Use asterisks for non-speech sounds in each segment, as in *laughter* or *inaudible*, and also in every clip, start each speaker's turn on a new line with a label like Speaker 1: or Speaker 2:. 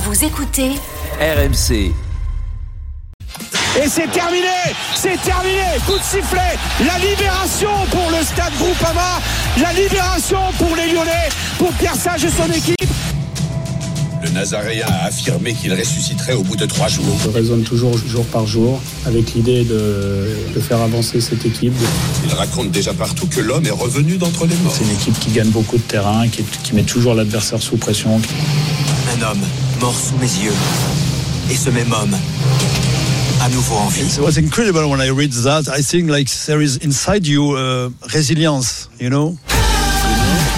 Speaker 1: Vous écoutez
Speaker 2: RMC.
Speaker 3: Et c'est terminé C'est terminé Coup de sifflet La libération pour le stade Groupama La libération pour les Lyonnais Pour Pierre Sage et son équipe
Speaker 4: Le Nazaréen a affirmé qu'il ressusciterait au bout de trois jours.
Speaker 5: Je raisonne toujours jour par jour avec l'idée de, de faire avancer cette équipe.
Speaker 4: Il raconte déjà partout que l'homme est revenu d'entre les morts.
Speaker 5: C'est une équipe qui gagne beaucoup de terrain, qui, qui met toujours l'adversaire sous pression.
Speaker 6: Un homme mort sous mes yeux. Et ce même homme, à nouveau en vie.
Speaker 7: It was incredible when I read that. I think like there is inside you uh, resilience, you know.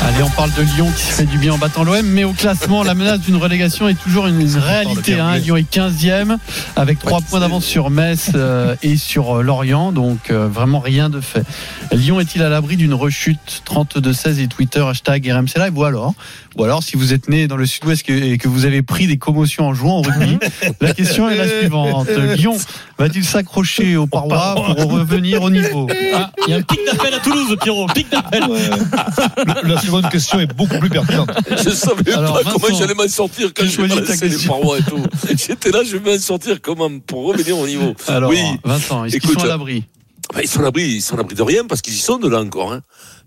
Speaker 8: Allez, on parle de Lyon qui fait du bien en battant l'OM, mais au classement, la menace d'une relégation est toujours une réalité. hein. Lyon est 15e, avec 3 points d'avance sur Metz euh, et sur euh, Lorient, donc euh, vraiment rien de fait. Lyon est-il à l'abri d'une rechute 32-16 et Twitter, hashtag RMC Live, ou alors, ou alors si vous êtes né dans le sud-ouest que- et que vous avez pris des commotions en jouant au rugby, la question *laughs* est la suivante. Lyon va-t-il s'accrocher aux parois pour revenir au
Speaker 9: *laughs*
Speaker 8: niveau
Speaker 9: Ah, Il y a un pic d'appel à Toulouse, Pierrot. Pic d'appel.
Speaker 7: La seconde question est beaucoup plus pertinente.
Speaker 10: Je savais
Speaker 8: Alors,
Speaker 10: pas
Speaker 8: Vincent,
Speaker 10: comment j'allais m'en sortir quand
Speaker 8: tu
Speaker 10: j'ai
Speaker 8: choisis ta
Speaker 10: balancé les
Speaker 8: question.
Speaker 10: parois et
Speaker 8: *laughs*
Speaker 10: tout. J'étais là, je vais m'en sortir comment pour revenir au niveau.
Speaker 8: Alors,
Speaker 10: oui,
Speaker 8: Vincent, est-ce qu'ils
Speaker 10: Écoute,
Speaker 8: sont à l'abri
Speaker 10: Bah, ils sont à l'abri, ils sont à l'abri de rien parce qu'ils y sont dedans encore. hein.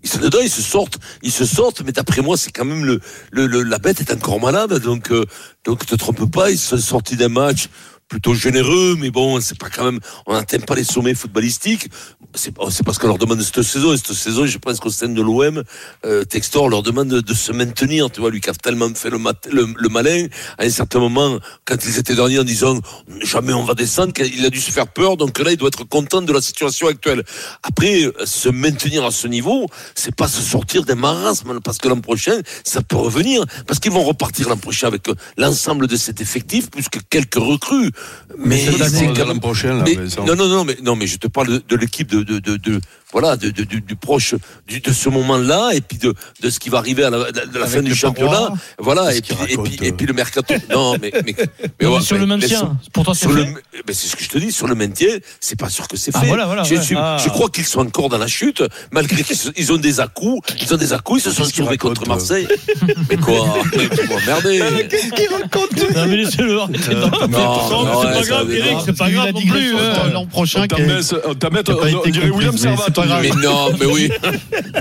Speaker 10: Ils sont dedans, ils se sortent, ils se sortent. Mais d'après moi, c'est quand même le, le, le- la bête est encore malade, donc euh, donc te trompe pas. Ils sont sortis d'un match plutôt généreux, mais bon, c'est pas quand même, on n'atteint pas les sommets footballistiques. C'est pas, c'est pas ce qu'on leur demande cette saison. Et cette saison, je pense qu'au sein de l'OM, euh, Textor leur demande de, de se maintenir. Tu vois, Lucas a tellement fait le, mat- le, le malin à un certain moment quand ils étaient derniers en disant jamais on va descendre. Il a dû se faire peur, donc là, il doit être content de la situation actuelle. Après, euh, se maintenir à ce niveau, c'est pas se sortir d'un marasme parce que l'an prochain, ça peut revenir parce qu'ils vont repartir l'an prochain avec euh, l'ensemble de cet effectif plus que quelques recrues. Mais
Speaker 8: cette année,
Speaker 10: c'est
Speaker 8: on
Speaker 10: quand même- mais- non, non, non, mais non, mais je te parle de, de l'équipe de, de, de, de- voilà, de, de- du, du proche du, de ce moment-là, et puis de, de ce qui va arriver à la, de la- de la fin du championnat, voilà, et puis, et puis et puis le mercato. Non, mais mais, mais
Speaker 9: Non, mais
Speaker 10: ouais,
Speaker 9: sur
Speaker 10: mais-
Speaker 9: le même
Speaker 10: mais sur-
Speaker 9: chien. Pour toi, c'est
Speaker 10: sur le,
Speaker 9: fait.
Speaker 10: ben, c'est ce que je te dis sur le maintien, c'est pas sûr que c'est
Speaker 9: Ah,
Speaker 10: fait.
Speaker 9: voilà, voilà,
Speaker 10: je,
Speaker 9: ouais.
Speaker 10: suis-
Speaker 9: Ah.
Speaker 10: je crois qu'ils sont encore dans la chute, malgré qu'ils se- ils ont des à-coups, ils ont des à-coups, ils se sont sauvés contre Marseille. mais quoi Mais tu m'as merdé.
Speaker 9: Ah, Non, mais laissez-le. arrêtez de parler.
Speaker 10: Euh, Non,
Speaker 9: Non, mais
Speaker 10: non,
Speaker 9: c'est pas
Speaker 10: ouais, ça
Speaker 9: grave,
Speaker 10: va
Speaker 9: Eric,
Speaker 10: démarrer.
Speaker 9: c'est pas
Speaker 8: Parce qu'il y
Speaker 9: grave
Speaker 8: a eu
Speaker 9: non
Speaker 8: la
Speaker 9: plus.
Speaker 8: digression
Speaker 9: hein.
Speaker 8: sur euh, l'an prochain qui est-
Speaker 7: T'amènes,
Speaker 8: qui a pas été comprise, mais c'est pas grave.
Speaker 10: Mais non, mais oui.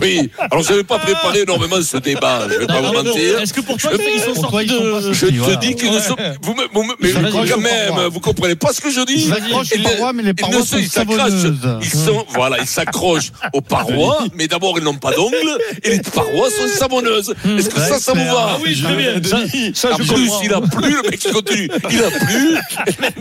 Speaker 10: Oui. Alors, je n'avais pas préparé énormément ce débat. Je ne vais pas
Speaker 9: Non,
Speaker 10: vous
Speaker 9: non, non,
Speaker 10: mentir.
Speaker 9: Est-ce que pour toi,
Speaker 10: Je-
Speaker 9: ils sont
Speaker 8: Pour toi,
Speaker 9: sortis
Speaker 8: ils sont pas
Speaker 9: de.
Speaker 8: sortis.
Speaker 10: Je te
Speaker 8: Voilà.
Speaker 10: dis qu'ils ne sont. Vous, me- vous, me- mais
Speaker 9: Vas-y,
Speaker 10: quand
Speaker 9: vas-y,
Speaker 10: même,
Speaker 9: parle-moi.
Speaker 10: vous comprenez pas ce que je dis.
Speaker 8: Ils accrochent
Speaker 10: Ils-
Speaker 8: aux parois, mais les
Speaker 10: ils ne
Speaker 8: parois
Speaker 10: se-
Speaker 8: sont
Speaker 10: ils s'accrochent.
Speaker 8: savonneuses.
Speaker 10: Ils sont, voilà, ils s'accrochent
Speaker 8: *laughs*
Speaker 10: aux parois, mais d'abord ils n'ont pas d'ongles et les parois sont savonneuses.
Speaker 8: Hmm.
Speaker 10: Est-ce que ça, ça vous va
Speaker 9: Ah oui, très bien. Ça, ça,
Speaker 10: en
Speaker 9: je
Speaker 10: plus,
Speaker 9: comprends.
Speaker 10: il a plu, le mec qui continue. Il a plu,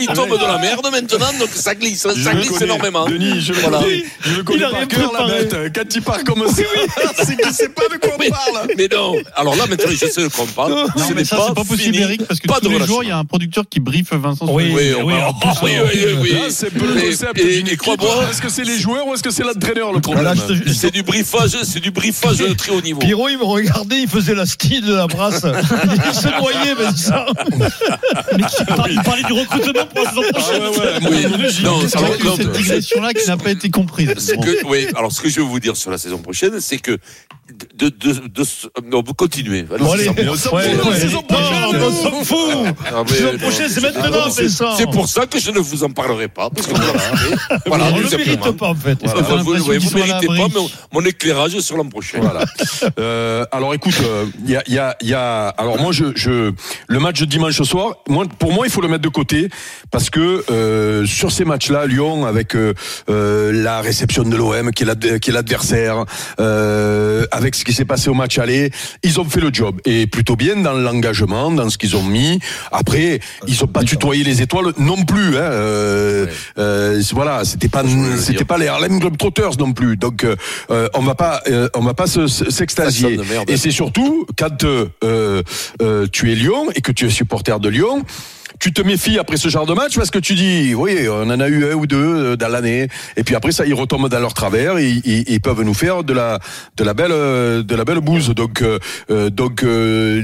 Speaker 10: il tombe dans la merde maintenant, donc ça glisse, ça glisse énormément.
Speaker 7: Denis, je le
Speaker 10: Voilà.
Speaker 7: connais. Je le connais
Speaker 9: Il a
Speaker 7: par
Speaker 9: rien
Speaker 7: cœur, la
Speaker 9: préparé.
Speaker 7: bête. Quand il part comme ça, *laughs* c'est qu'il sait pas de quoi on parle.
Speaker 10: Mais non. Alors là, maintenant, je sais de quoi on parle.
Speaker 8: Non,
Speaker 10: Ce
Speaker 8: mais
Speaker 10: n'est
Speaker 8: ça, c'est pas possible,
Speaker 10: fini.
Speaker 8: Eric, parce que
Speaker 10: pas
Speaker 8: tous
Speaker 10: de
Speaker 8: les
Speaker 10: relâchement.
Speaker 8: jours, il y a un producteur qui briefe Vincent.
Speaker 9: Oui.
Speaker 8: Soulet.
Speaker 10: Oui, on
Speaker 9: oui,
Speaker 10: va-
Speaker 9: en plus,
Speaker 10: Ah, oui, oui, oui, oui.
Speaker 7: Là, Ah, c'est peu le
Speaker 10: Mais-
Speaker 7: concept.
Speaker 10: et-
Speaker 7: d'une
Speaker 10: et crois-moi,
Speaker 7: équipe. Est-ce que c'est les joueurs ou est-ce que c'est l'entraîneur le problème
Speaker 10: C'est du briefage, c'est du briefage de très haut niveau.
Speaker 8: Pierrot, il me regardait, il faisait la style de la brasse. *laughs* Il se noyait, Vincent.
Speaker 9: Par- Parler du recrutement pour la saison
Speaker 8: ah,
Speaker 9: prochaine.
Speaker 10: Oui. Non,
Speaker 8: Qu'est-ce
Speaker 10: ça
Speaker 8: qu'il y a eu
Speaker 10: raconte.
Speaker 8: cette digression-là qui n'a pas été comprise
Speaker 10: Ce
Speaker 8: Bon.
Speaker 10: que- oui, alors ce que je veux vous dire sur la saison prochaine, c'est que de, de, de, de ce- non, vous continuez. Allez,
Speaker 8: Bon, allez.
Speaker 10: c'est sympa.
Speaker 7: On s'en
Speaker 8: Ouais,
Speaker 7: fout,
Speaker 8: ouais.
Speaker 7: saison
Speaker 8: Non,
Speaker 7: prochaine.
Speaker 8: on s'en fout.
Speaker 10: Ah, mais- Ah,
Speaker 8: Saison prochaine, c'est maintenant,
Speaker 10: c'est-
Speaker 8: Vincent.
Speaker 10: C'est pour ça que je ne vous en parlerai pas. Parce que voilà,
Speaker 8: *laughs*
Speaker 10: mais- voilà,
Speaker 8: On
Speaker 10: tout
Speaker 8: le
Speaker 10: simplement.
Speaker 8: mérite pas, en
Speaker 10: Voilà,
Speaker 8: fait. Parce qu'on a
Speaker 10: vous
Speaker 8: l'impression
Speaker 10: ne
Speaker 8: qu'ils sont à
Speaker 10: méritez
Speaker 8: l'abri.
Speaker 10: pas mon, mon éclairage sur l'an prochain.
Speaker 11: Voilà. Euh, alors écoute, euh, il y, a, il y, a, il y a. Alors moi, je, je, le match de dimanche soir, moi, pour moi, il faut le mettre de côté parce que euh, sur ces matchs-là, Lyon, avec euh, euh, la réception de l'OM, qui est l'ad- qui est l'adversaire, euh, avec ce qui s'est passé au match aller, ils ont fait le job et plutôt bien dans l'engagement, dans ce qu'ils ont mis. Après, ils ont pas tutoyé les étoiles non plus. Hein, euh, euh, voilà, c'était pas,
Speaker 10: voulais le
Speaker 11: c'était
Speaker 10: dire.
Speaker 11: pas les Harlem Globetrotters non plus. Donc euh, euh, on va pas, euh, on va pas se- se-
Speaker 10: Ça
Speaker 11: s'extasier.
Speaker 10: sonne de merde.
Speaker 11: Et c'est surtout quand euh, euh, euh, tu es Lyon et que tu es supporter de Lyon. Tu te méfies après ce genre de match parce que tu dis, oui, on en a eu un ou deux euh, dans l'année, et puis après ça, ils retombent dans leur travers, et, ils- ils peuvent nous faire de la de la belle euh, de la belle bouse. Donc euh, euh, donc euh,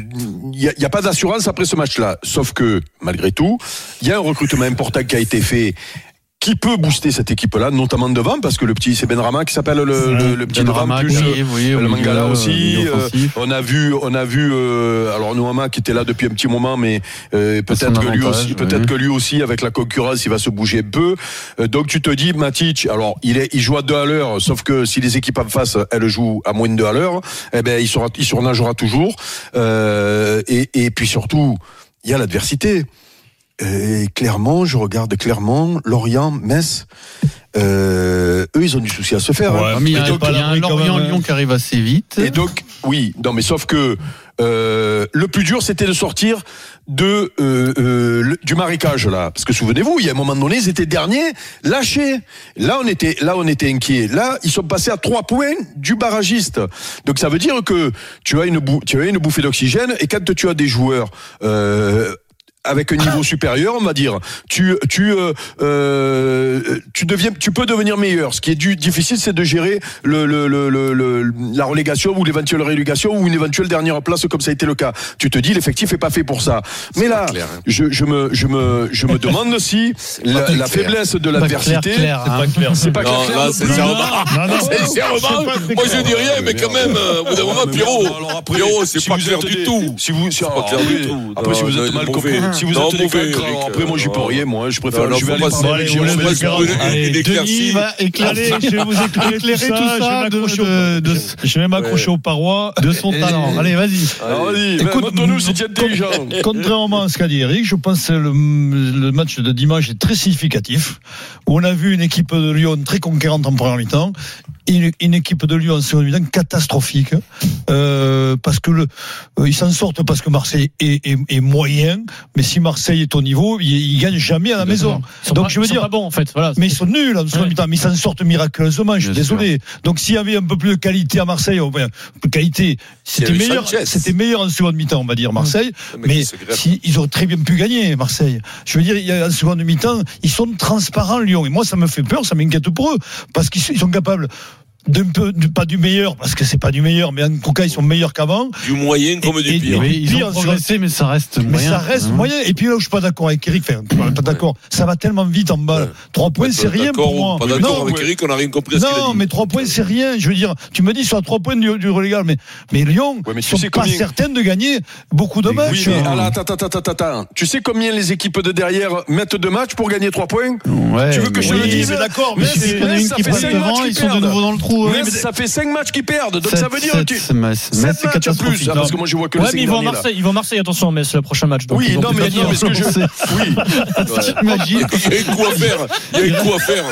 Speaker 11: il n'y a, il y a pas d'assurance après ce match-là. Sauf que malgré tout, il y a un recrutement important qui a été fait qui peut booster cette équipe-là, notamment devant, parce que le petit, c'est Benrama qui s'appelle le, le- le petit
Speaker 8: Ben
Speaker 11: devant,
Speaker 8: Rama,
Speaker 11: plus,
Speaker 8: Gueye,
Speaker 11: euh,
Speaker 8: oui, au
Speaker 11: le
Speaker 8: milieu,
Speaker 11: Mangala
Speaker 8: euh,
Speaker 11: aussi.
Speaker 8: milieu
Speaker 11: euh,
Speaker 8: offensif.
Speaker 11: on a vu, on a vu, euh, alors Nouama qui était là depuis un petit moment, mais euh,
Speaker 8: Son
Speaker 11: peut-être que lui
Speaker 8: avantage,
Speaker 11: aussi, peut-être
Speaker 8: oui.
Speaker 11: que lui aussi, avec la concurrence, il va se bouger un peu. Euh, donc tu te dis, Matic, alors il est, il joue à deux à l'heure, sauf que si les équipes en face, elles jouent à moins de deux à l'heure, eh ben il sera, il surnagera toujours. Euh, et, et puis surtout, il y a l'adversité. Et clairement, je regarde clairement Lorient, Metz. euh, eux, ils ont du souci à se faire. hein.
Speaker 9: Ouais,
Speaker 8: mais il y a,
Speaker 9: mais donc,
Speaker 8: il y a un
Speaker 9: Calabria, quand même,
Speaker 8: Lorient-Lyon qui arrive assez vite.
Speaker 11: Et donc, oui, non, mais sauf que euh, le plus dur, c'était de sortir de euh, euh, le- du marécage là, parce que souvenez-vous, il y a un moment donné, ils étaient derniers, lâchés. Là, on était, là, on était inquiets. Là, ils sont passés à trois points du barragiste. Donc, ça veut dire que tu as une, bou- tu as une bouffée d'oxygène, et quand tu as des joueurs euh, avec
Speaker 10: *laughs*
Speaker 11: un niveau supérieur, on va dire. Tu, tu, euh, euh, tu deviens, tu peux devenir meilleur. Ce qui est du- difficile, c'est de gérer le, le, le, le- le- la relégation ou l'éventuelle relégation ou une éventuelle dernière place, comme ça a été le cas. Tu te dis, l'effectif est pas fait pour ça. Mais là,
Speaker 10: hein.
Speaker 11: je, je me, je me, je me
Speaker 10: *laughs*
Speaker 11: demande si la, la faiblesse de
Speaker 8: Pas clair,
Speaker 11: l'adversité,
Speaker 8: clair, hein.
Speaker 11: c'est pas
Speaker 10: Non,
Speaker 11: clair.
Speaker 10: là, c'est c'est un remarque. C'est- C'est un remarque. Ah, bah, Moi, je dis rien, mais quand même, euh,
Speaker 11: Ah,
Speaker 10: au bout d'un *laughs* moment, Pierrot, Pierrot, c'est
Speaker 11: si
Speaker 10: pas
Speaker 11: vous
Speaker 10: clair
Speaker 11: êtes
Speaker 10: du
Speaker 11: des-
Speaker 10: tout.
Speaker 11: Si vous, si,
Speaker 10: pas clair
Speaker 11: ah,
Speaker 10: du
Speaker 11: oui.
Speaker 10: tout.
Speaker 11: Après,
Speaker 10: Non,
Speaker 11: si vous
Speaker 10: non,
Speaker 11: êtes mal
Speaker 10: mauvais.
Speaker 11: compris, si vous
Speaker 10: Non,
Speaker 11: êtes des
Speaker 10: mauvais,
Speaker 11: cancres,
Speaker 10: Eric.
Speaker 11: alors après, moi, j'y peux
Speaker 10: Non.
Speaker 11: rien, moi. Je préfère,
Speaker 10: Non, non,
Speaker 11: je vais
Speaker 10: faut
Speaker 11: aller
Speaker 10: pas
Speaker 11: parler
Speaker 10: se-
Speaker 11: avec
Speaker 10: Allez,
Speaker 11: Jérôme
Speaker 10: on laisse
Speaker 11: Lescar.
Speaker 10: Jérôme Lescar.
Speaker 9: Allez,
Speaker 10: Une
Speaker 8: Denis
Speaker 10: éclaircie.
Speaker 8: va éclairer,
Speaker 9: Allez, je vais vous éclairer,
Speaker 8: éclairer
Speaker 9: tout ça. je, vais
Speaker 8: de,
Speaker 9: m'accrocher
Speaker 8: de-
Speaker 9: au-
Speaker 8: de-
Speaker 9: je vais m'accrocher aux parois.
Speaker 8: de son talent. Allez, vas-y.
Speaker 11: Ah, vas-y,
Speaker 9: Écoute,
Speaker 11: montre-nous si tu es *laughs* intelligent.
Speaker 9: Contrairement à ce qu'a dit Eric, je pense que le, le match de dimanche est très significatif. On a vu une équipe de Lyon très conquérante en première mi-temps, une, une équipe de Lyon en seconde mi-temps catastrophique, euh, parce que le, euh, ils s'en sortent parce que Marseille est, est- est moyen, mais si Marseille est au niveau, ils, ils gagnent jamais à la maison. Donc je veux dire,
Speaker 1: bon en fait. Voilà.
Speaker 9: mais ils sont nuls en seconde
Speaker 1: Ouais.
Speaker 9: mi-temps, mais ils s'en sortent miraculeusement, je suis
Speaker 8: Bien sûr.
Speaker 9: désolé. Donc s'il y avait un peu plus de qualité à Marseille, ou bien, de qualité, c'était
Speaker 10: avait
Speaker 9: meilleur,
Speaker 10: Sanchez.
Speaker 9: c'était meilleur en seconde mi-temps, on va dire, Marseille.
Speaker 10: Le mec
Speaker 9: Mais
Speaker 10: qui se greffe.
Speaker 9: si, ils auraient très bien pu gagner, Marseille. Je veux dire, il y a, en seconde mi-temps, ils sont transparents, Lyon. Et moi, ça me fait peur, ça m'inquiète pour eux, parce qu'ils sont- ils sont capables d'un peu, de- pas du meilleur, parce que c'est pas du meilleur, mais en tout cas, ils sont meilleurs qu'avant.
Speaker 10: Du moyen comme
Speaker 9: Et-
Speaker 10: du
Speaker 9: et-
Speaker 10: pire. Euh,
Speaker 8: Oui, ils
Speaker 9: Pire
Speaker 8: ont
Speaker 9: sur-
Speaker 8: progressé, mais ça reste
Speaker 9: Mais
Speaker 8: moyen.
Speaker 9: ça reste
Speaker 8: Hein.
Speaker 9: moyen. Et puis là où je suis pas d'accord avec Eric, enfin, pas d'accord, ça va tellement vite en
Speaker 10: Ouais.
Speaker 9: balle. Trois points, c'est rien
Speaker 10: D'accord
Speaker 9: pour
Speaker 10: ou
Speaker 9: moi.
Speaker 10: Pas
Speaker 9: Non,
Speaker 10: d'accord avec
Speaker 9: ouais.
Speaker 10: Eric, on n'a rien compris à ce qu'il a dit.
Speaker 9: Non, mais trois points, c'est rien. Je veux dire, tu me dis sur trois points du, du relégal, mais, mais Lyon,
Speaker 11: Ouais, mais tu
Speaker 9: ils sont
Speaker 11: sais
Speaker 9: pas
Speaker 11: combien-
Speaker 9: certains de gagner beaucoup de
Speaker 11: Oui,
Speaker 9: matchs.
Speaker 11: mais alors, attends, attends, attends, attends, attends. Tu sais combien les équipes de derrière mettent deux matchs pour gagner trois points
Speaker 8: Ouais,
Speaker 11: Tu veux que
Speaker 8: mais-
Speaker 11: je te le
Speaker 8: Oui,
Speaker 11: dise
Speaker 8: mais-
Speaker 9: d'accord,
Speaker 8: Mais
Speaker 11: Metz,
Speaker 8: c'est qu'il y en a
Speaker 11: Metz,
Speaker 8: une
Speaker 11: ça
Speaker 8: qui
Speaker 11: fait
Speaker 8: passe
Speaker 11: cinq matchs
Speaker 8: devant,
Speaker 11: qu'ils
Speaker 8: ils sont de
Speaker 11: perdent.
Speaker 8: nouveau dans le trou.
Speaker 11: Metz, ça fait 5 matchs qu'ils perdent, donc ça veut dire que tu...
Speaker 8: Mais
Speaker 11: 7
Speaker 8: c'est
Speaker 11: matchs en plus,
Speaker 8: catastrophique.
Speaker 11: hein, parce que moi je vois que
Speaker 1: Ouais,
Speaker 11: le
Speaker 1: mais
Speaker 11: signe
Speaker 1: ils vont à
Speaker 11: dernier, là.
Speaker 1: Marseille, ils vont à Marseille, attention, en Metz, le prochain match. donc ils
Speaker 11: Oui,
Speaker 1: vont
Speaker 11: non
Speaker 1: peut-être
Speaker 11: mais,
Speaker 1: gagner.
Speaker 11: non, mais ce que je...
Speaker 8: *laughs*
Speaker 11: Oui,
Speaker 10: *laughs*
Speaker 8: T'imagines
Speaker 10: Il y a un coup à faire. Il y a un coup à faire.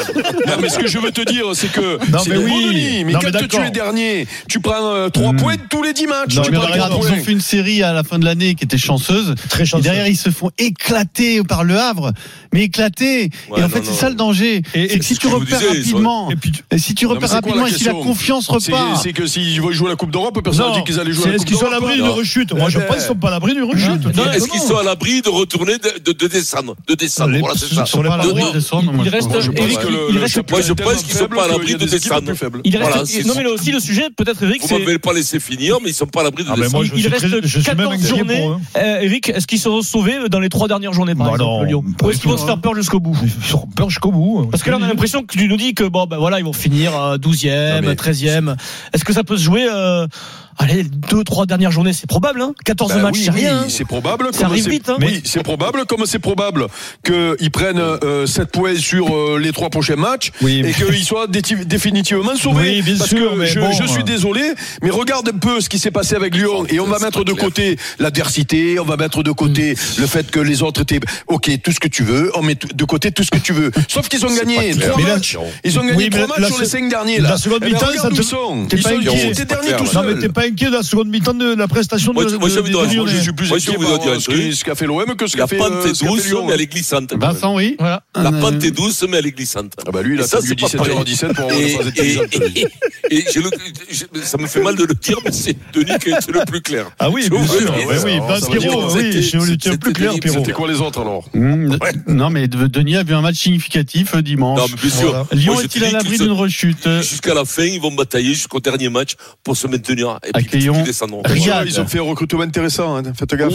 Speaker 11: non, mais ce que je veux te dire, c'est que...
Speaker 9: Non,
Speaker 11: c'est
Speaker 9: mais
Speaker 11: des
Speaker 9: oui.
Speaker 11: gros demi, mais
Speaker 9: Non, mais
Speaker 11: quand tu
Speaker 9: d'accord.
Speaker 11: es dernier, tu prends 3 points tous les 10 matchs.
Speaker 8: Hmm. Non,
Speaker 11: tu
Speaker 8: mais
Speaker 11: prends
Speaker 8: regarde,
Speaker 11: trois
Speaker 8: ils ont
Speaker 11: points.
Speaker 8: fait une série à la fin de l'année qui était chanceuse.
Speaker 9: Très
Speaker 8: Et
Speaker 9: chanceux.
Speaker 8: derrière, ils se font éclater par le Havre, mais éclater.
Speaker 10: Ouais,
Speaker 8: et en
Speaker 10: non,
Speaker 8: fait,
Speaker 10: non.
Speaker 8: c'est ça le danger.
Speaker 9: Et-
Speaker 8: C'est que
Speaker 10: et
Speaker 8: si
Speaker 10: ce
Speaker 8: tu
Speaker 10: que je vous
Speaker 8: repères
Speaker 10: disais,
Speaker 8: rapidement,
Speaker 10: soit-
Speaker 8: et,
Speaker 9: Et puis,
Speaker 8: si tu
Speaker 11: Non, mais
Speaker 8: repères
Speaker 11: c'est quoi la
Speaker 8: rapidement et si la
Speaker 11: question
Speaker 8: confiance
Speaker 11: C'est-
Speaker 8: repart,
Speaker 11: C'est que s'ils veulent jouer à la Coupe d'Europe, personne n'a
Speaker 9: Non,
Speaker 11: dit qu'ils allaient jouer
Speaker 9: c'est
Speaker 11: à la
Speaker 9: est-ce
Speaker 11: Coupe
Speaker 9: qu'ils sont à
Speaker 11: d'Europe.
Speaker 9: l'abri d'une
Speaker 11: Non.
Speaker 9: rechute Ah, Moi, je
Speaker 11: Eh
Speaker 9: pense qu'ils
Speaker 11: ben.
Speaker 9: sont pas à l'abri d'une rechute.
Speaker 10: Non, est-ce
Speaker 9: Exactement.
Speaker 10: qu'ils sont à l'abri de retourner, de, de- de descendre De descendre,
Speaker 9: Les-
Speaker 10: voilà, c'est ça.
Speaker 8: ils sont pas à l'abri
Speaker 10: Non,
Speaker 8: de descendre, moi,
Speaker 1: il
Speaker 8: je
Speaker 1: reste-
Speaker 8: pense.
Speaker 11: Je pense
Speaker 1: Eric,
Speaker 11: que le-
Speaker 1: il
Speaker 11: le
Speaker 1: reste-
Speaker 11: championnat
Speaker 10: moi, je
Speaker 11: est tellement
Speaker 10: pense qu'ils sont
Speaker 11: faible
Speaker 10: pas à
Speaker 11: qu'il y a
Speaker 10: l'abri de
Speaker 11: des équipes
Speaker 10: descendre.
Speaker 11: plus faibles.
Speaker 1: Il reste-
Speaker 10: Voilà, c'est-
Speaker 1: non mais le- aussi le sujet peut-être Eric
Speaker 10: Vous
Speaker 1: c'est
Speaker 10: m'avez pas laissé finir, mais ils sont pas à l'abri de
Speaker 9: Ah, mais moi,
Speaker 10: descendre.
Speaker 9: je
Speaker 1: il
Speaker 9: suis
Speaker 1: reste
Speaker 9: très- je suis même
Speaker 1: 14
Speaker 9: inquiet pour
Speaker 1: journées.
Speaker 9: eux.
Speaker 1: Euh, Eric, est-ce qu'ils seront sauvés euh, dans les trois dernières journées par
Speaker 9: Bah
Speaker 1: exemple,
Speaker 9: non,
Speaker 1: Lyon
Speaker 9: pas
Speaker 1: Ou est-ce
Speaker 9: du
Speaker 1: qu'ils vont
Speaker 9: tout, hein.
Speaker 1: se faire peur jusqu'au bout
Speaker 9: Ils sont peur jusqu'au bout. hein.
Speaker 1: Parce que là on a l'impression que tu nous dis que bon ben voilà ils vont finir euh, 12e,
Speaker 11: Non, mais-
Speaker 1: 13e. Est-ce que ça peut se jouer euh, allez deux trois dernières journées c'est probable hein 14
Speaker 11: Bah
Speaker 1: matchs
Speaker 11: oui,
Speaker 1: c'est rien.
Speaker 11: oui,
Speaker 1: hein.
Speaker 11: c'est probable.
Speaker 1: Ça
Speaker 11: comme
Speaker 1: arrive
Speaker 11: c'est-
Speaker 1: vite, hein.
Speaker 11: Oui, c'est probable. Comme c'est probable qu'ils prennent 7 points sur euh, les 3 prochains matchs
Speaker 9: Oui. *laughs*
Speaker 11: et qu'ils soient déti- définitivement sauvés.
Speaker 9: Oui, bien
Speaker 11: parce
Speaker 9: sûr,
Speaker 11: que
Speaker 9: mais
Speaker 11: je,
Speaker 9: bon,
Speaker 11: je suis
Speaker 9: euh.
Speaker 11: désolé, mais regarde un peu ce qui s'est passé avec Lyon. Et on va mettre de côté l'adversité, on va mettre de côté
Speaker 9: Mm.
Speaker 11: le fait que les autres étaient. Ok, tout ce que tu veux, on met tout- de côté tout ce que
Speaker 9: *laughs*
Speaker 11: tu veux. Sauf qu'ils ont gagné
Speaker 10: clair.
Speaker 11: 3
Speaker 9: Mais là-
Speaker 11: matchs. Ils ont gagné
Speaker 9: Oui, mais
Speaker 11: 3
Speaker 9: la-
Speaker 11: matchs
Speaker 9: la
Speaker 11: sur les
Speaker 9: se-
Speaker 11: 5 derniers.
Speaker 9: la
Speaker 11: là.
Speaker 9: seconde
Speaker 11: Eh ben,
Speaker 9: mi-temps,
Speaker 11: regarde
Speaker 9: ça
Speaker 11: où
Speaker 9: te-
Speaker 11: ils sont.
Speaker 9: t'es
Speaker 11: Ils
Speaker 9: pas
Speaker 11: sont-
Speaker 9: inquiet.
Speaker 11: ils étaient derniers tout
Speaker 9: Non, mais t'es
Speaker 11: seuls.
Speaker 9: pas inquiet de la seconde mi-temps de la prestation
Speaker 10: Moi,
Speaker 9: de,
Speaker 10: je- moi,
Speaker 9: de-
Speaker 10: je vais
Speaker 9: des
Speaker 10: dire-
Speaker 9: Lyonnais.
Speaker 11: Moi, je suis plus
Speaker 10: Moi, je vais
Speaker 11: inquiet
Speaker 10: vous
Speaker 11: par
Speaker 10: dire un
Speaker 11: euh, ce que-
Speaker 10: truc.
Speaker 11: ce qu'a fait l'OM que ce
Speaker 10: La
Speaker 11: qu'a fait
Speaker 10: pente
Speaker 11: euh,
Speaker 10: est
Speaker 11: ce qu'a fait
Speaker 10: douce,
Speaker 11: Lyon.
Speaker 10: mais elle est glissante.
Speaker 8: Vincent, oui.
Speaker 1: Voilà.
Speaker 10: La
Speaker 8: Euh,
Speaker 10: pente est douce, mais elle est glissante.
Speaker 11: Ah bah lui, il
Speaker 10: Et
Speaker 11: a
Speaker 10: ça,
Speaker 11: attendu
Speaker 10: c'est pas
Speaker 11: 17h17 pour avoir
Speaker 10: Et,
Speaker 11: une phrase intelligente.
Speaker 10: et- et- et je le- je- ça me fait mal de le dire, mais c'est Denis qui est le plus clair.
Speaker 9: Ah oui,
Speaker 10: Je
Speaker 9: bien
Speaker 10: vous
Speaker 9: sûr.
Speaker 10: le dis.
Speaker 9: Oui, oui,
Speaker 11: Alors,
Speaker 9: Vince
Speaker 11: ça veut dire
Speaker 9: Pierrot,
Speaker 10: que
Speaker 9: oui,
Speaker 10: c'était-
Speaker 9: je le tiens plus
Speaker 10: c'était
Speaker 9: clair,
Speaker 10: terrible,
Speaker 9: Pierrot.
Speaker 11: C'était quoi les autres alors
Speaker 8: hum, Non, mais De- Denis a vu un match significatif euh, dimanche.
Speaker 10: Non, mais bien sûr.
Speaker 8: Lyon
Speaker 10: Moi, je
Speaker 8: est-il
Speaker 10: te
Speaker 8: à
Speaker 10: dis
Speaker 8: l'abri
Speaker 10: qu'ils se-
Speaker 8: d'une rechute
Speaker 9: Euh,
Speaker 10: Jusqu'à la fin, ils vont batailler jusqu'au dernier match pour se maintenir. Et puis,
Speaker 8: Accueillons
Speaker 10: ils descendront.
Speaker 8: Riyad.
Speaker 11: Ils ont fait un
Speaker 9: *laughs*
Speaker 10: *laughs*
Speaker 11: recrutement intéressant, hein, faites gaffe.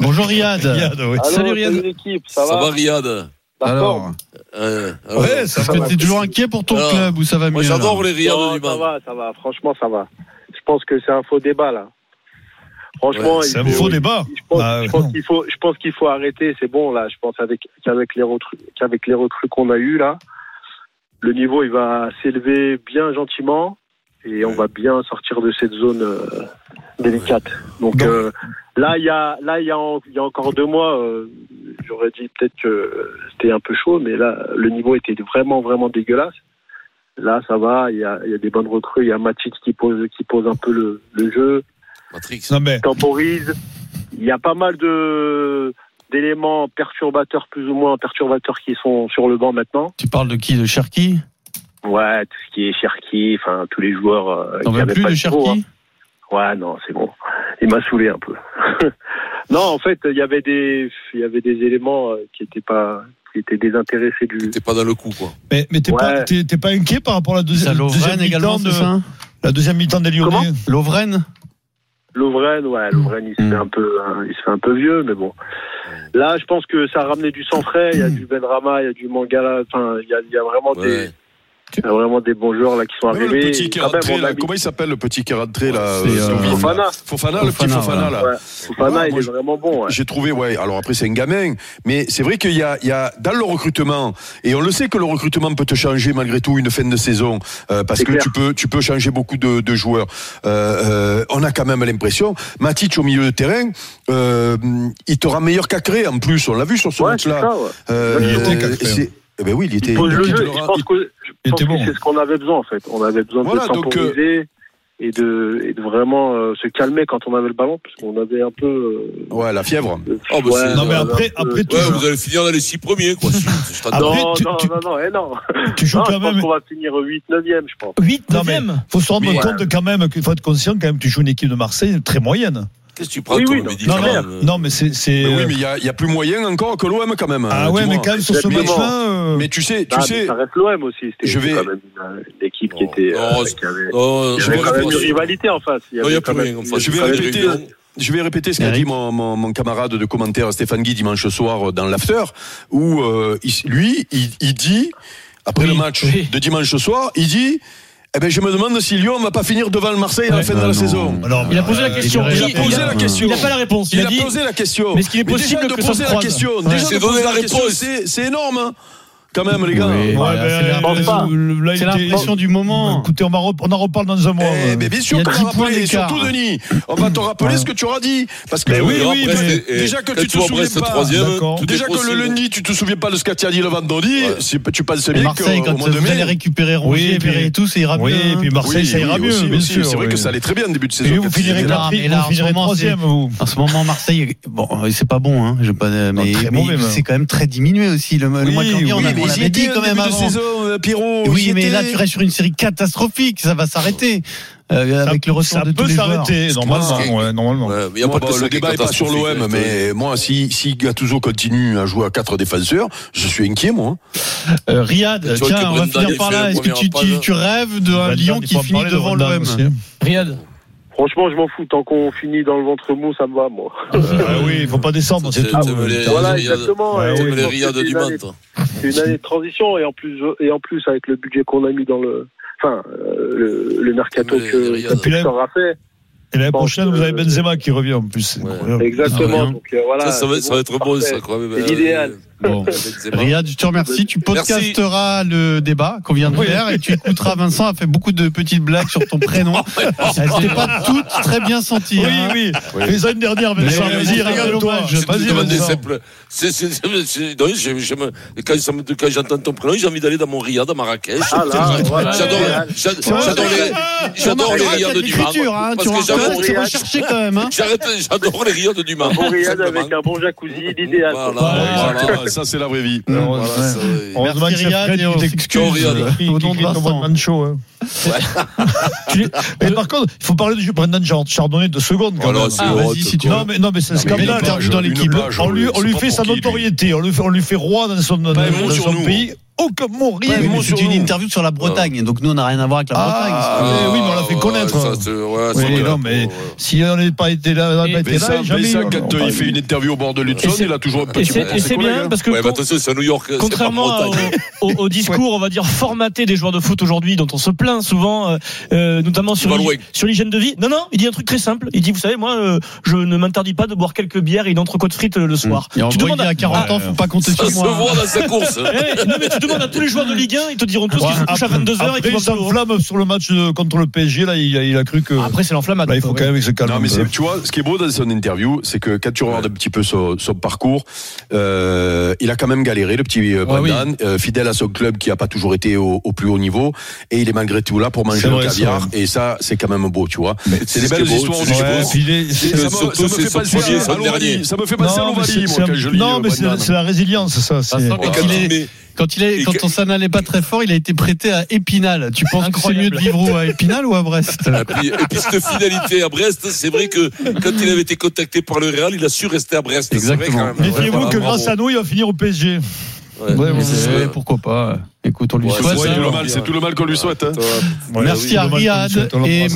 Speaker 8: Bonjour Riyad.
Speaker 9: Riyad, oui.
Speaker 1: Salut Riyad.
Speaker 10: Ça va, Riyad
Speaker 8: Alors,
Speaker 10: Euh, alors,
Speaker 8: ouais, est-ce
Speaker 9: ça
Speaker 8: que
Speaker 9: va.
Speaker 8: t'es toujours inquiet pour ton
Speaker 10: Alors,
Speaker 8: club ou ça va mieux
Speaker 10: moi, j'adore
Speaker 8: alors
Speaker 10: les rires
Speaker 2: Non,
Speaker 10: de
Speaker 2: ça
Speaker 10: Dumas.
Speaker 2: va, ça va. Franchement, ça va. Je pense que c'est un faux débat là. Franchement,
Speaker 10: Ouais,
Speaker 2: il
Speaker 9: C'est un
Speaker 2: faut-
Speaker 9: faux débat.
Speaker 2: Je pense,
Speaker 9: Bah,
Speaker 2: je pense
Speaker 9: non.
Speaker 2: qu'il faut, je pense qu'il faut arrêter. C'est bon là. Je pense avec qu'avec les recrues, qu'avec les recrues qu'on a eues là, le niveau il va s'élever bien gentiment et on va bien sortir de cette zone euh, délicate. Donc
Speaker 9: Donc-
Speaker 2: euh, là, il y a, là, il y a, en- il y a encore deux mois, euh, j'aurais dit peut-être que euh, c'était un peu chaud, mais là, le niveau était vraiment, vraiment dégueulasse. Là, ça va. Il y a, il y a des bonnes recrues. Il y a Matic qui pose, qui pose un peu le, le jeu
Speaker 10: Matrix.
Speaker 9: Non, mais
Speaker 2: temporise. Il y a pas mal de d'éléments perturbateurs, plus ou moins perturbateurs, qui sont sur le banc maintenant.
Speaker 8: Tu parles de qui De Cherki
Speaker 2: Ouais, tout ce qui est Cherki, enfin tous les joueurs. euh, qui
Speaker 8: T'en veux
Speaker 2: avaient
Speaker 8: plus
Speaker 2: pas
Speaker 8: de
Speaker 2: niveau, hein.
Speaker 8: Cherki
Speaker 2: Ouais, non, c'est bon. Il m'a saoulé un peu. *laughs* non, en fait, il y avait des il y avait des éléments euh, qui étaient pas qui étaient désintéressés du.
Speaker 10: T'es pas dans le coup, quoi.
Speaker 9: mais, mais t'es
Speaker 2: Ouais.
Speaker 9: pas t'es t'es pas inquiet par rapport à la deuxi-
Speaker 8: Ça,
Speaker 9: deuxième
Speaker 8: Lovren également,
Speaker 9: mi-temps
Speaker 8: c'est
Speaker 9: de
Speaker 8: ça
Speaker 9: la deuxième mi-temps des Lyonnais.
Speaker 2: Comment
Speaker 8: Lovren
Speaker 2: Lovren, ouais, Lovren, il se fait un peu hein, il se fait un peu vieux, mais bon. Là, je pense que ça a ramené du sang frais. Il y a du Benrama, il y a du Mangala. Enfin, il y a, il y a vraiment
Speaker 10: Ouais.
Speaker 2: des Il y a vraiment des bons joueurs là qui sont
Speaker 11: Même
Speaker 2: arrivés.
Speaker 11: le petit qui est
Speaker 2: Quand même,
Speaker 11: rentré,
Speaker 2: on
Speaker 11: là,
Speaker 2: a mis
Speaker 11: comment il s'appelle le petit qui est rentré, là
Speaker 8: C'est,
Speaker 11: euh,
Speaker 8: euh,
Speaker 11: Sylvie
Speaker 2: Fofana.
Speaker 11: Fofana, le petit
Speaker 8: Fofana,
Speaker 11: Fofana, là.
Speaker 2: ouais. Fofana,
Speaker 11: Ouais,
Speaker 2: il
Speaker 11: moi,
Speaker 2: est
Speaker 11: je-
Speaker 2: vraiment bon. ouais.
Speaker 11: J'ai trouvé, ouais. Alors après, c'est un gamin. Mais c'est vrai qu'il y a, il y a, dans le recrutement, et on le sait que le recrutement peut te changer malgré tout une fin de saison, euh, parce
Speaker 2: C'est
Speaker 11: que
Speaker 2: clair.
Speaker 11: tu peux, tu peux changer beaucoup de, de joueurs. Euh, euh, on a quand même l'impression, Matic au milieu de terrain, euh, il te rend meilleur qu'Acré, en plus. On l'a vu sur ce
Speaker 2: Ouais, c'est
Speaker 11: match-là.
Speaker 2: ça, ouais.
Speaker 11: Euh,
Speaker 9: Il était Cacré.
Speaker 11: c'est- eh ben oui, il était.
Speaker 2: hein. Il pose le
Speaker 11: il te
Speaker 2: jeu.
Speaker 11: le
Speaker 2: Je
Speaker 11: rend-
Speaker 2: pense que, je
Speaker 9: il
Speaker 2: pense
Speaker 9: était
Speaker 2: que
Speaker 9: bon.
Speaker 2: c'est ce qu'on avait besoin en fait. On avait besoin
Speaker 11: Voilà,
Speaker 2: de
Speaker 11: donc,
Speaker 2: temporiser et de et de vraiment euh, se calmer quand on avait le ballon parce qu'on avait un peu. euh,
Speaker 11: Ouais, la fièvre.
Speaker 2: le-
Speaker 10: Oh, bah, c'est-
Speaker 9: Non, mais
Speaker 2: on avait
Speaker 9: après-
Speaker 2: un peu-
Speaker 9: après, tu-
Speaker 10: Ouais, vous allez finir dans les six premiers, quoi. si- je t'entends.
Speaker 9: Après,
Speaker 2: non,
Speaker 9: tu-
Speaker 2: non,
Speaker 9: tu-
Speaker 2: non, non, eh non.
Speaker 9: Tu joues
Speaker 2: Non, je
Speaker 9: quand
Speaker 2: pense
Speaker 9: même.
Speaker 2: qu'on va finir 8 9 e je pense.
Speaker 1: 8
Speaker 9: Non, mais
Speaker 1: 9
Speaker 9: faut se rendre
Speaker 11: Mais-
Speaker 9: compte quand même qu'il faut être conscient quand même. Tu joues une équipe de Marseille très moyenne.
Speaker 10: Ah, Qu'est-ce que tu prends,
Speaker 2: Oui,
Speaker 10: toi,
Speaker 2: oui,
Speaker 10: le
Speaker 2: non,
Speaker 10: médicament,
Speaker 9: Non, non,
Speaker 10: euh,
Speaker 9: non, mais c'est c'est. euh,
Speaker 11: Mais oui, mais il y a, il y a plus moyen encore que l'OM quand même.
Speaker 9: Ah
Speaker 11: euh,
Speaker 9: ouais,
Speaker 11: dis-moi.
Speaker 9: mais quand même sur ce
Speaker 2: Exactement.
Speaker 9: match-là. euh,
Speaker 11: Mais tu sais, tu
Speaker 2: Ah, mais
Speaker 11: sais.
Speaker 2: ça reste l'OM aussi. C'était
Speaker 11: je vais-
Speaker 2: quand même une, euh, une équipe qui
Speaker 10: Non,
Speaker 2: était.
Speaker 10: non,
Speaker 2: euh,
Speaker 10: c'est-
Speaker 2: qui avait,
Speaker 10: non,
Speaker 2: il y
Speaker 10: je
Speaker 2: avait
Speaker 10: vais
Speaker 2: quand même une
Speaker 10: répondre.
Speaker 2: rivalité en face. Il y
Speaker 10: Non, il
Speaker 2: avait
Speaker 10: n'y a
Speaker 2: quand
Speaker 10: plus
Speaker 2: même
Speaker 10: rien.
Speaker 2: une-
Speaker 10: enfin,
Speaker 11: Je vais
Speaker 2: il y avait
Speaker 11: répéter,
Speaker 2: du-
Speaker 11: euh, Je vais répéter ce qu'a
Speaker 8: Eric.
Speaker 11: dit mon, mon, mon camarade de commentaire Stéphane Guy dimanche soir euh, dans l'after, où euh, il- lui, il, il dit, après
Speaker 1: Oui,
Speaker 11: le match
Speaker 1: oui.
Speaker 11: de dimanche soir, il dit eh ben, Je me demande si Lyon ne va pas finir devant le Marseille à la
Speaker 1: Ouais.
Speaker 11: fin de la
Speaker 8: non.
Speaker 11: saison.
Speaker 9: alors, euh,
Speaker 1: Il a posé la question.
Speaker 11: Il a posé la question.
Speaker 1: Il a pas la réponse.
Speaker 11: Il,
Speaker 1: Il a
Speaker 11: a,
Speaker 1: dit
Speaker 11: posé la question.
Speaker 1: Mais est-ce qu'il est
Speaker 11: Mais déjà
Speaker 1: possible
Speaker 11: de
Speaker 1: que ça
Speaker 11: poser
Speaker 1: se
Speaker 11: la
Speaker 1: croise
Speaker 11: question
Speaker 1: Ouais.
Speaker 11: déjà
Speaker 10: C'est
Speaker 11: de
Speaker 10: donner
Speaker 11: poser
Speaker 10: la
Speaker 11: la question,
Speaker 10: réponse.
Speaker 11: C'est c'est énorme, hein, quand même, les gars.
Speaker 8: Oui,
Speaker 9: Ouais,
Speaker 8: voilà,
Speaker 9: mais,
Speaker 8: c'est la-
Speaker 9: euh,
Speaker 2: pas.
Speaker 9: là, il
Speaker 8: C'est
Speaker 9: était-
Speaker 8: l'impression du moment.
Speaker 9: Écoutez, on, va rep- on en reparle dans un mois.
Speaker 11: Eh,
Speaker 9: ouais.
Speaker 11: mais bien
Speaker 8: Il y
Speaker 11: sûr
Speaker 8: a
Speaker 11: qu'on va
Speaker 8: 10 points
Speaker 11: rappeler, et
Speaker 8: d'écart.
Speaker 11: surtout Denis, on va te rappeler ce que tu auras dit. Parce que
Speaker 9: Mais oui,
Speaker 10: Et
Speaker 9: oui,
Speaker 10: Brest,
Speaker 9: mais-
Speaker 10: et-
Speaker 11: déjà que
Speaker 10: quand
Speaker 11: tu te
Speaker 10: vois
Speaker 11: souviens
Speaker 10: Brest
Speaker 11: pas.
Speaker 10: troisième,
Speaker 9: D'accord.
Speaker 10: tout est
Speaker 11: Déjà que le
Speaker 10: possible.
Speaker 11: lundi, tu te souviens pas de ce qu'a dit le vendredi,
Speaker 10: Ouais.
Speaker 11: si tu penses
Speaker 8: Et
Speaker 11: bien
Speaker 8: Marseille,
Speaker 11: qu'au
Speaker 8: quand
Speaker 11: mois de
Speaker 8: vous allez
Speaker 11: mai.
Speaker 8: récupérer
Speaker 9: Oui,
Speaker 8: Rongier,
Speaker 9: et puis-
Speaker 8: Perret et tout, ça ira
Speaker 9: Oui,
Speaker 8: mieux.
Speaker 9: et
Speaker 8: hein.
Speaker 9: puis Marseille,
Speaker 11: Oui,
Speaker 9: ça ira
Speaker 11: oui,
Speaker 9: mieux,
Speaker 11: aussi,
Speaker 9: bien
Speaker 11: aussi.
Speaker 9: sûr.
Speaker 11: C'est vrai
Speaker 9: oui.
Speaker 11: que ça allait très bien début de saison.
Speaker 9: Et vous finirez
Speaker 8: Mais là, mais là, en ce moment,
Speaker 9: troisième, vous.
Speaker 8: En ce moment, Marseille, bon, euh, c'est pas bon, hein, je veux pas, euh,
Speaker 9: Non,
Speaker 8: mais,
Speaker 9: très
Speaker 8: mais
Speaker 9: mauvais, même.
Speaker 8: c'est quand même très diminué aussi. Le, le
Speaker 9: Oui,
Speaker 8: mois de janvier,
Speaker 9: oui,
Speaker 8: on, a- on
Speaker 11: mais
Speaker 8: l'avait dit quand même
Speaker 11: début de
Speaker 8: avant.
Speaker 11: saison, euh, Pierrot.
Speaker 8: Oui,
Speaker 11: j'y
Speaker 8: mais
Speaker 11: étais.
Speaker 8: là, tu restes sur une série catastrophique, ça va s'arrêter. euh, avec le
Speaker 9: ça
Speaker 8: ressort de tous
Speaker 9: peut
Speaker 8: les joueurs.
Speaker 9: s'arrêter, normalement. ouais, normalement.
Speaker 10: Ouais, mais y a
Speaker 11: Bon,
Speaker 10: pas
Speaker 11: bah,
Speaker 10: que ça
Speaker 11: le
Speaker 10: qui est
Speaker 11: débat est pas sur l'OM,
Speaker 10: catastrophique, hein, ouais.
Speaker 11: mais moi, si, si Gattuso continue à jouer à quatre défenseurs, je suis inquiet, moi. hein.
Speaker 8: Euh, Riyad,
Speaker 10: Tu vois que
Speaker 8: tiens, on va
Speaker 10: Brendan, il
Speaker 8: finir par
Speaker 10: fait
Speaker 8: là.
Speaker 10: la
Speaker 8: Est-ce que tu,
Speaker 10: première
Speaker 8: tu-
Speaker 10: page.
Speaker 8: tu rêves d'un
Speaker 9: Van
Speaker 8: Lyon
Speaker 9: Damme,
Speaker 8: qui
Speaker 9: il faut en
Speaker 8: finit
Speaker 9: parler de
Speaker 8: devant
Speaker 9: Van Damme
Speaker 8: l'OM
Speaker 9: aussi.
Speaker 1: Riyad.
Speaker 2: Franchement, je m'en fous. Tant qu'on finit dans le ventre mou, ça me va, moi.
Speaker 9: Ah oui, il faut pas descendre, c'est
Speaker 10: C'est-
Speaker 9: tout.
Speaker 10: c'est-
Speaker 9: Ouais.
Speaker 10: c'est-
Speaker 2: Voilà,
Speaker 10: il y a-
Speaker 2: exactement.
Speaker 9: ouais,
Speaker 2: Et
Speaker 9: ouais,
Speaker 2: je
Speaker 10: Comme
Speaker 2: pense
Speaker 10: les
Speaker 2: que
Speaker 10: rires de
Speaker 2: c'est une
Speaker 10: Dumas,
Speaker 2: année-
Speaker 10: toi.
Speaker 2: C'est une année de transition et en plus euh, et en plus avec le budget qu'on a mis dans le, enfin euh, le, le mercato
Speaker 10: Comme les
Speaker 2: que
Speaker 10: Riyad.
Speaker 9: Puis là-
Speaker 2: ça aura fait.
Speaker 9: Et l'année
Speaker 2: Bon,
Speaker 9: prochaine, vous avez
Speaker 2: euh,
Speaker 9: Benzema qui revient en plus. c'est
Speaker 10: Ouais.
Speaker 8: Ah,
Speaker 9: incroyable.
Speaker 2: Exactement.
Speaker 8: rien.
Speaker 2: Donc euh, voilà.
Speaker 10: Ça, ça va,
Speaker 2: c'est
Speaker 10: ça va être bon,
Speaker 2: parfait.
Speaker 10: ça, euh, quoi.
Speaker 2: C'est l'idéal.
Speaker 8: Bon. *laughs* Riyad, je te remercie. Tu
Speaker 10: Merci.
Speaker 8: podcasteras le débat qu'on vient de faire et tu écouteras. Vincent a fait beaucoup de petites blagues sur
Speaker 10: *laughs*
Speaker 8: ton prénom.
Speaker 10: Ah
Speaker 8: Elles n'étaient pas toutes très bien senties.
Speaker 9: Oui,
Speaker 8: hein.
Speaker 9: oui.
Speaker 11: Oui.
Speaker 9: Les années dernières, Vincent,
Speaker 8: Mais-
Speaker 9: vas-y,
Speaker 8: Mais-
Speaker 9: rappelle-toi.
Speaker 8: Je-
Speaker 10: Vas-y,
Speaker 9: Vas-y,
Speaker 10: vas-y.
Speaker 9: Vincent.
Speaker 10: simple. C'est- c'est- c'est- c'est- non, j'ai- j'aime- Quand ça me- quand j'entends ton prénom, j'ai envie d'aller dans mon Riyad, à Marrakech.
Speaker 2: Ah là,
Speaker 10: *laughs*
Speaker 2: voilà.
Speaker 10: J'adore j'ad-
Speaker 8: C'est vrai,
Speaker 10: j'adore les j'adore
Speaker 8: On
Speaker 10: les
Speaker 8: remarquera qu'il y a
Speaker 10: Riyad
Speaker 8: de
Speaker 10: de Dumas.
Speaker 8: l'écriture, hein. Tu
Speaker 10: Parce que
Speaker 8: remarqueras que
Speaker 10: j'adore-
Speaker 8: c'est recherché quand même. hein.
Speaker 10: j'arrête- J'adore les Riyad de Dumas.
Speaker 2: Un bon Riyad
Speaker 10: simplement.
Speaker 2: avec un hein. bon jacuzzi, l'idéal.
Speaker 10: Voilà,
Speaker 9: Voilà.
Speaker 10: voilà.
Speaker 11: Ça, c'est la vraie vie.
Speaker 8: Mm.
Speaker 9: Ouais.
Speaker 10: Voilà, ça, oui.
Speaker 9: On
Speaker 8: Merci,
Speaker 9: demande si
Speaker 8: Riyad,
Speaker 9: Fred,
Speaker 8: et on
Speaker 9: il t'excuse.
Speaker 10: s'excuse, Riyad.
Speaker 9: Il-
Speaker 8: Au
Speaker 9: il
Speaker 8: nom de
Speaker 9: quitte
Speaker 8: Vincent.
Speaker 9: le Brendan Show, hein. Tu- Et par contre, il faut parler du jeu Brendan Char- Chardonnay deux secondes
Speaker 11: Oh
Speaker 9: quand
Speaker 10: Voilà,
Speaker 9: même.
Speaker 10: c'est
Speaker 8: Ah,
Speaker 10: hot,
Speaker 8: vas-y, si tu
Speaker 10: quoi.
Speaker 9: Non mais non mais c'est un
Speaker 11: Non, mais il
Speaker 9: scandale.
Speaker 11: est perdu dans
Speaker 9: Une
Speaker 11: l'équipe.
Speaker 9: page, On lui on lui
Speaker 11: C'est pas
Speaker 9: fait
Speaker 11: pour
Speaker 9: sa
Speaker 11: qui, lui.
Speaker 9: notoriété, on lui fait on lui fait roi dans son dans
Speaker 11: un mot
Speaker 9: son
Speaker 11: sur nous.
Speaker 9: pays. Oh, aucun mot, rien.
Speaker 8: Ouais, mais
Speaker 9: mot
Speaker 8: c'est
Speaker 9: sur
Speaker 8: une
Speaker 9: nous.
Speaker 8: interview sur la Bretagne, donc nous on n'a rien à voir avec la
Speaker 9: Ah,
Speaker 8: Bretagne.
Speaker 9: mais oui, mais on l'a fait
Speaker 11: ouais,
Speaker 9: connaître.
Speaker 11: ça, c'est- ouais,
Speaker 9: Oui,
Speaker 11: ça, on
Speaker 9: non, mais si on n'avait pas été là, on n'avait pas été
Speaker 11: Vincent,
Speaker 9: là, jamais.
Speaker 11: Vincent,
Speaker 9: on-
Speaker 11: quand euh,
Speaker 9: on-
Speaker 11: il fait une interview au bord de
Speaker 1: Et
Speaker 11: l'Hudson,
Speaker 1: c'est-
Speaker 11: il a toujours un
Speaker 1: et
Speaker 11: petit
Speaker 1: c'est-
Speaker 11: peu hein.
Speaker 1: et c'est bien, parce que
Speaker 11: Ouais, mais
Speaker 10: bah,
Speaker 1: con-
Speaker 11: attention, c'est à New York. c'est pas
Speaker 1: Contrairement à-
Speaker 11: Bretagne.
Speaker 1: au, au- au discours, on va dire, formaté des joueurs de foot aujourd'hui, dont on se plaint souvent, euh, euh, notamment sur,
Speaker 11: Il va
Speaker 1: l'hyg-
Speaker 11: loin.
Speaker 1: sur l'hygiène de vie. Non, non, il dit un truc très simple. Il dit, vous savez, moi, euh, je ne m'interdis pas de boire quelques bières et une entrecôte frite euh, le soir.
Speaker 8: Mmh. Et en
Speaker 1: tu
Speaker 8: gros, il
Speaker 1: demandes Ah.
Speaker 8: dit à 40 ans, faut pas
Speaker 10: *laughs*
Speaker 8: compter
Speaker 11: Ça
Speaker 8: sur
Speaker 11: se
Speaker 8: moi.
Speaker 11: voit dans sa course.
Speaker 10: hein.
Speaker 1: Eh, non, mais tu demandes à tous les joueurs de Ligue 1, ils te diront tous qu'ils se couchent à 22h et
Speaker 9: Après,
Speaker 1: qu'ils
Speaker 9: il
Speaker 1: vont au- Ah,
Speaker 9: s'enflamme sur le match de- contre le PSG, là, il a, il a cru que.
Speaker 1: Après, c'est l'enflammade.
Speaker 9: Là, il faut quand même qu'il se calme.
Speaker 11: Non, mais
Speaker 9: un peu.
Speaker 11: c'est- tu vois, ce qui est beau dans son interview, c'est que quand tu regardes un petit peu son, son parcours, euh, il a quand même galéré, le petit euh,
Speaker 8: Ouais,
Speaker 11: Brendan, euh, fidèle à son club qui a pas toujours été au, au plus haut niveau, et il est malgré tout là pour manger
Speaker 9: C'est
Speaker 11: le
Speaker 9: vrai,
Speaker 11: caviar, et ça, c'est quand même beau, tu vois. C'est des
Speaker 10: c'est ce
Speaker 11: belles
Speaker 10: qui est beau,
Speaker 11: histoires
Speaker 10: c'est
Speaker 11: du
Speaker 10: ce qui est
Speaker 11: foot.
Speaker 9: Ouais, puis il est-
Speaker 11: Et
Speaker 9: c'est-
Speaker 11: Ça me,
Speaker 10: Surtout,
Speaker 11: ça me
Speaker 10: c'est
Speaker 11: fait
Speaker 10: son
Speaker 11: passer
Speaker 10: premier,
Speaker 11: à-
Speaker 10: son
Speaker 11: à l'Ovalie.
Speaker 10: dernier.
Speaker 11: Ça me fait passer à
Speaker 9: Non, mais
Speaker 11: l'Ovalie,
Speaker 9: c'est-
Speaker 11: moi,
Speaker 9: c'est un-
Speaker 11: quand je lis,
Speaker 9: non,
Speaker 11: euh,
Speaker 9: mais c'est
Speaker 11: Brendan.
Speaker 9: c'est la résilience, Ah, ça. c'est-
Speaker 8: Vincent, quand
Speaker 10: Et
Speaker 8: il est-
Speaker 10: met-
Speaker 8: Quand, il est,
Speaker 10: Et
Speaker 8: quand
Speaker 10: que-
Speaker 8: on s'en allait pas très fort, il a été prêté à Épinal. Tu penses que c'est
Speaker 1: Incroyable.
Speaker 8: mieux de vivre où, à Épinal ou à Brest
Speaker 11: Ah,
Speaker 10: Et puis, et puis cette finalité à Brest, c'est vrai que quand il avait été contacté par le Real, il a su rester à Brest. C'est vrai
Speaker 8: Exactement.
Speaker 10: quand même.
Speaker 9: Méfiez-vous
Speaker 10: Ouais,
Speaker 9: que
Speaker 10: bravo.
Speaker 9: grâce à nous, il va finir au PSG.
Speaker 10: Ouais.
Speaker 9: Ouais,
Speaker 8: Mais
Speaker 9: ouais,
Speaker 8: c'est-
Speaker 9: ouais.
Speaker 8: Pourquoi pas Écoute, on lui
Speaker 10: Ouais,
Speaker 11: C'est
Speaker 8: souhaite.
Speaker 10: ouais,
Speaker 8: hein.
Speaker 11: tout le
Speaker 10: ouais.
Speaker 11: mal- c'est tout le mal qu'on lui souhaite. hein.
Speaker 9: Ouais,
Speaker 8: Merci
Speaker 9: oui,
Speaker 8: à
Speaker 9: dommage qu'on le
Speaker 8: Riyad
Speaker 9: souhaite, on
Speaker 8: et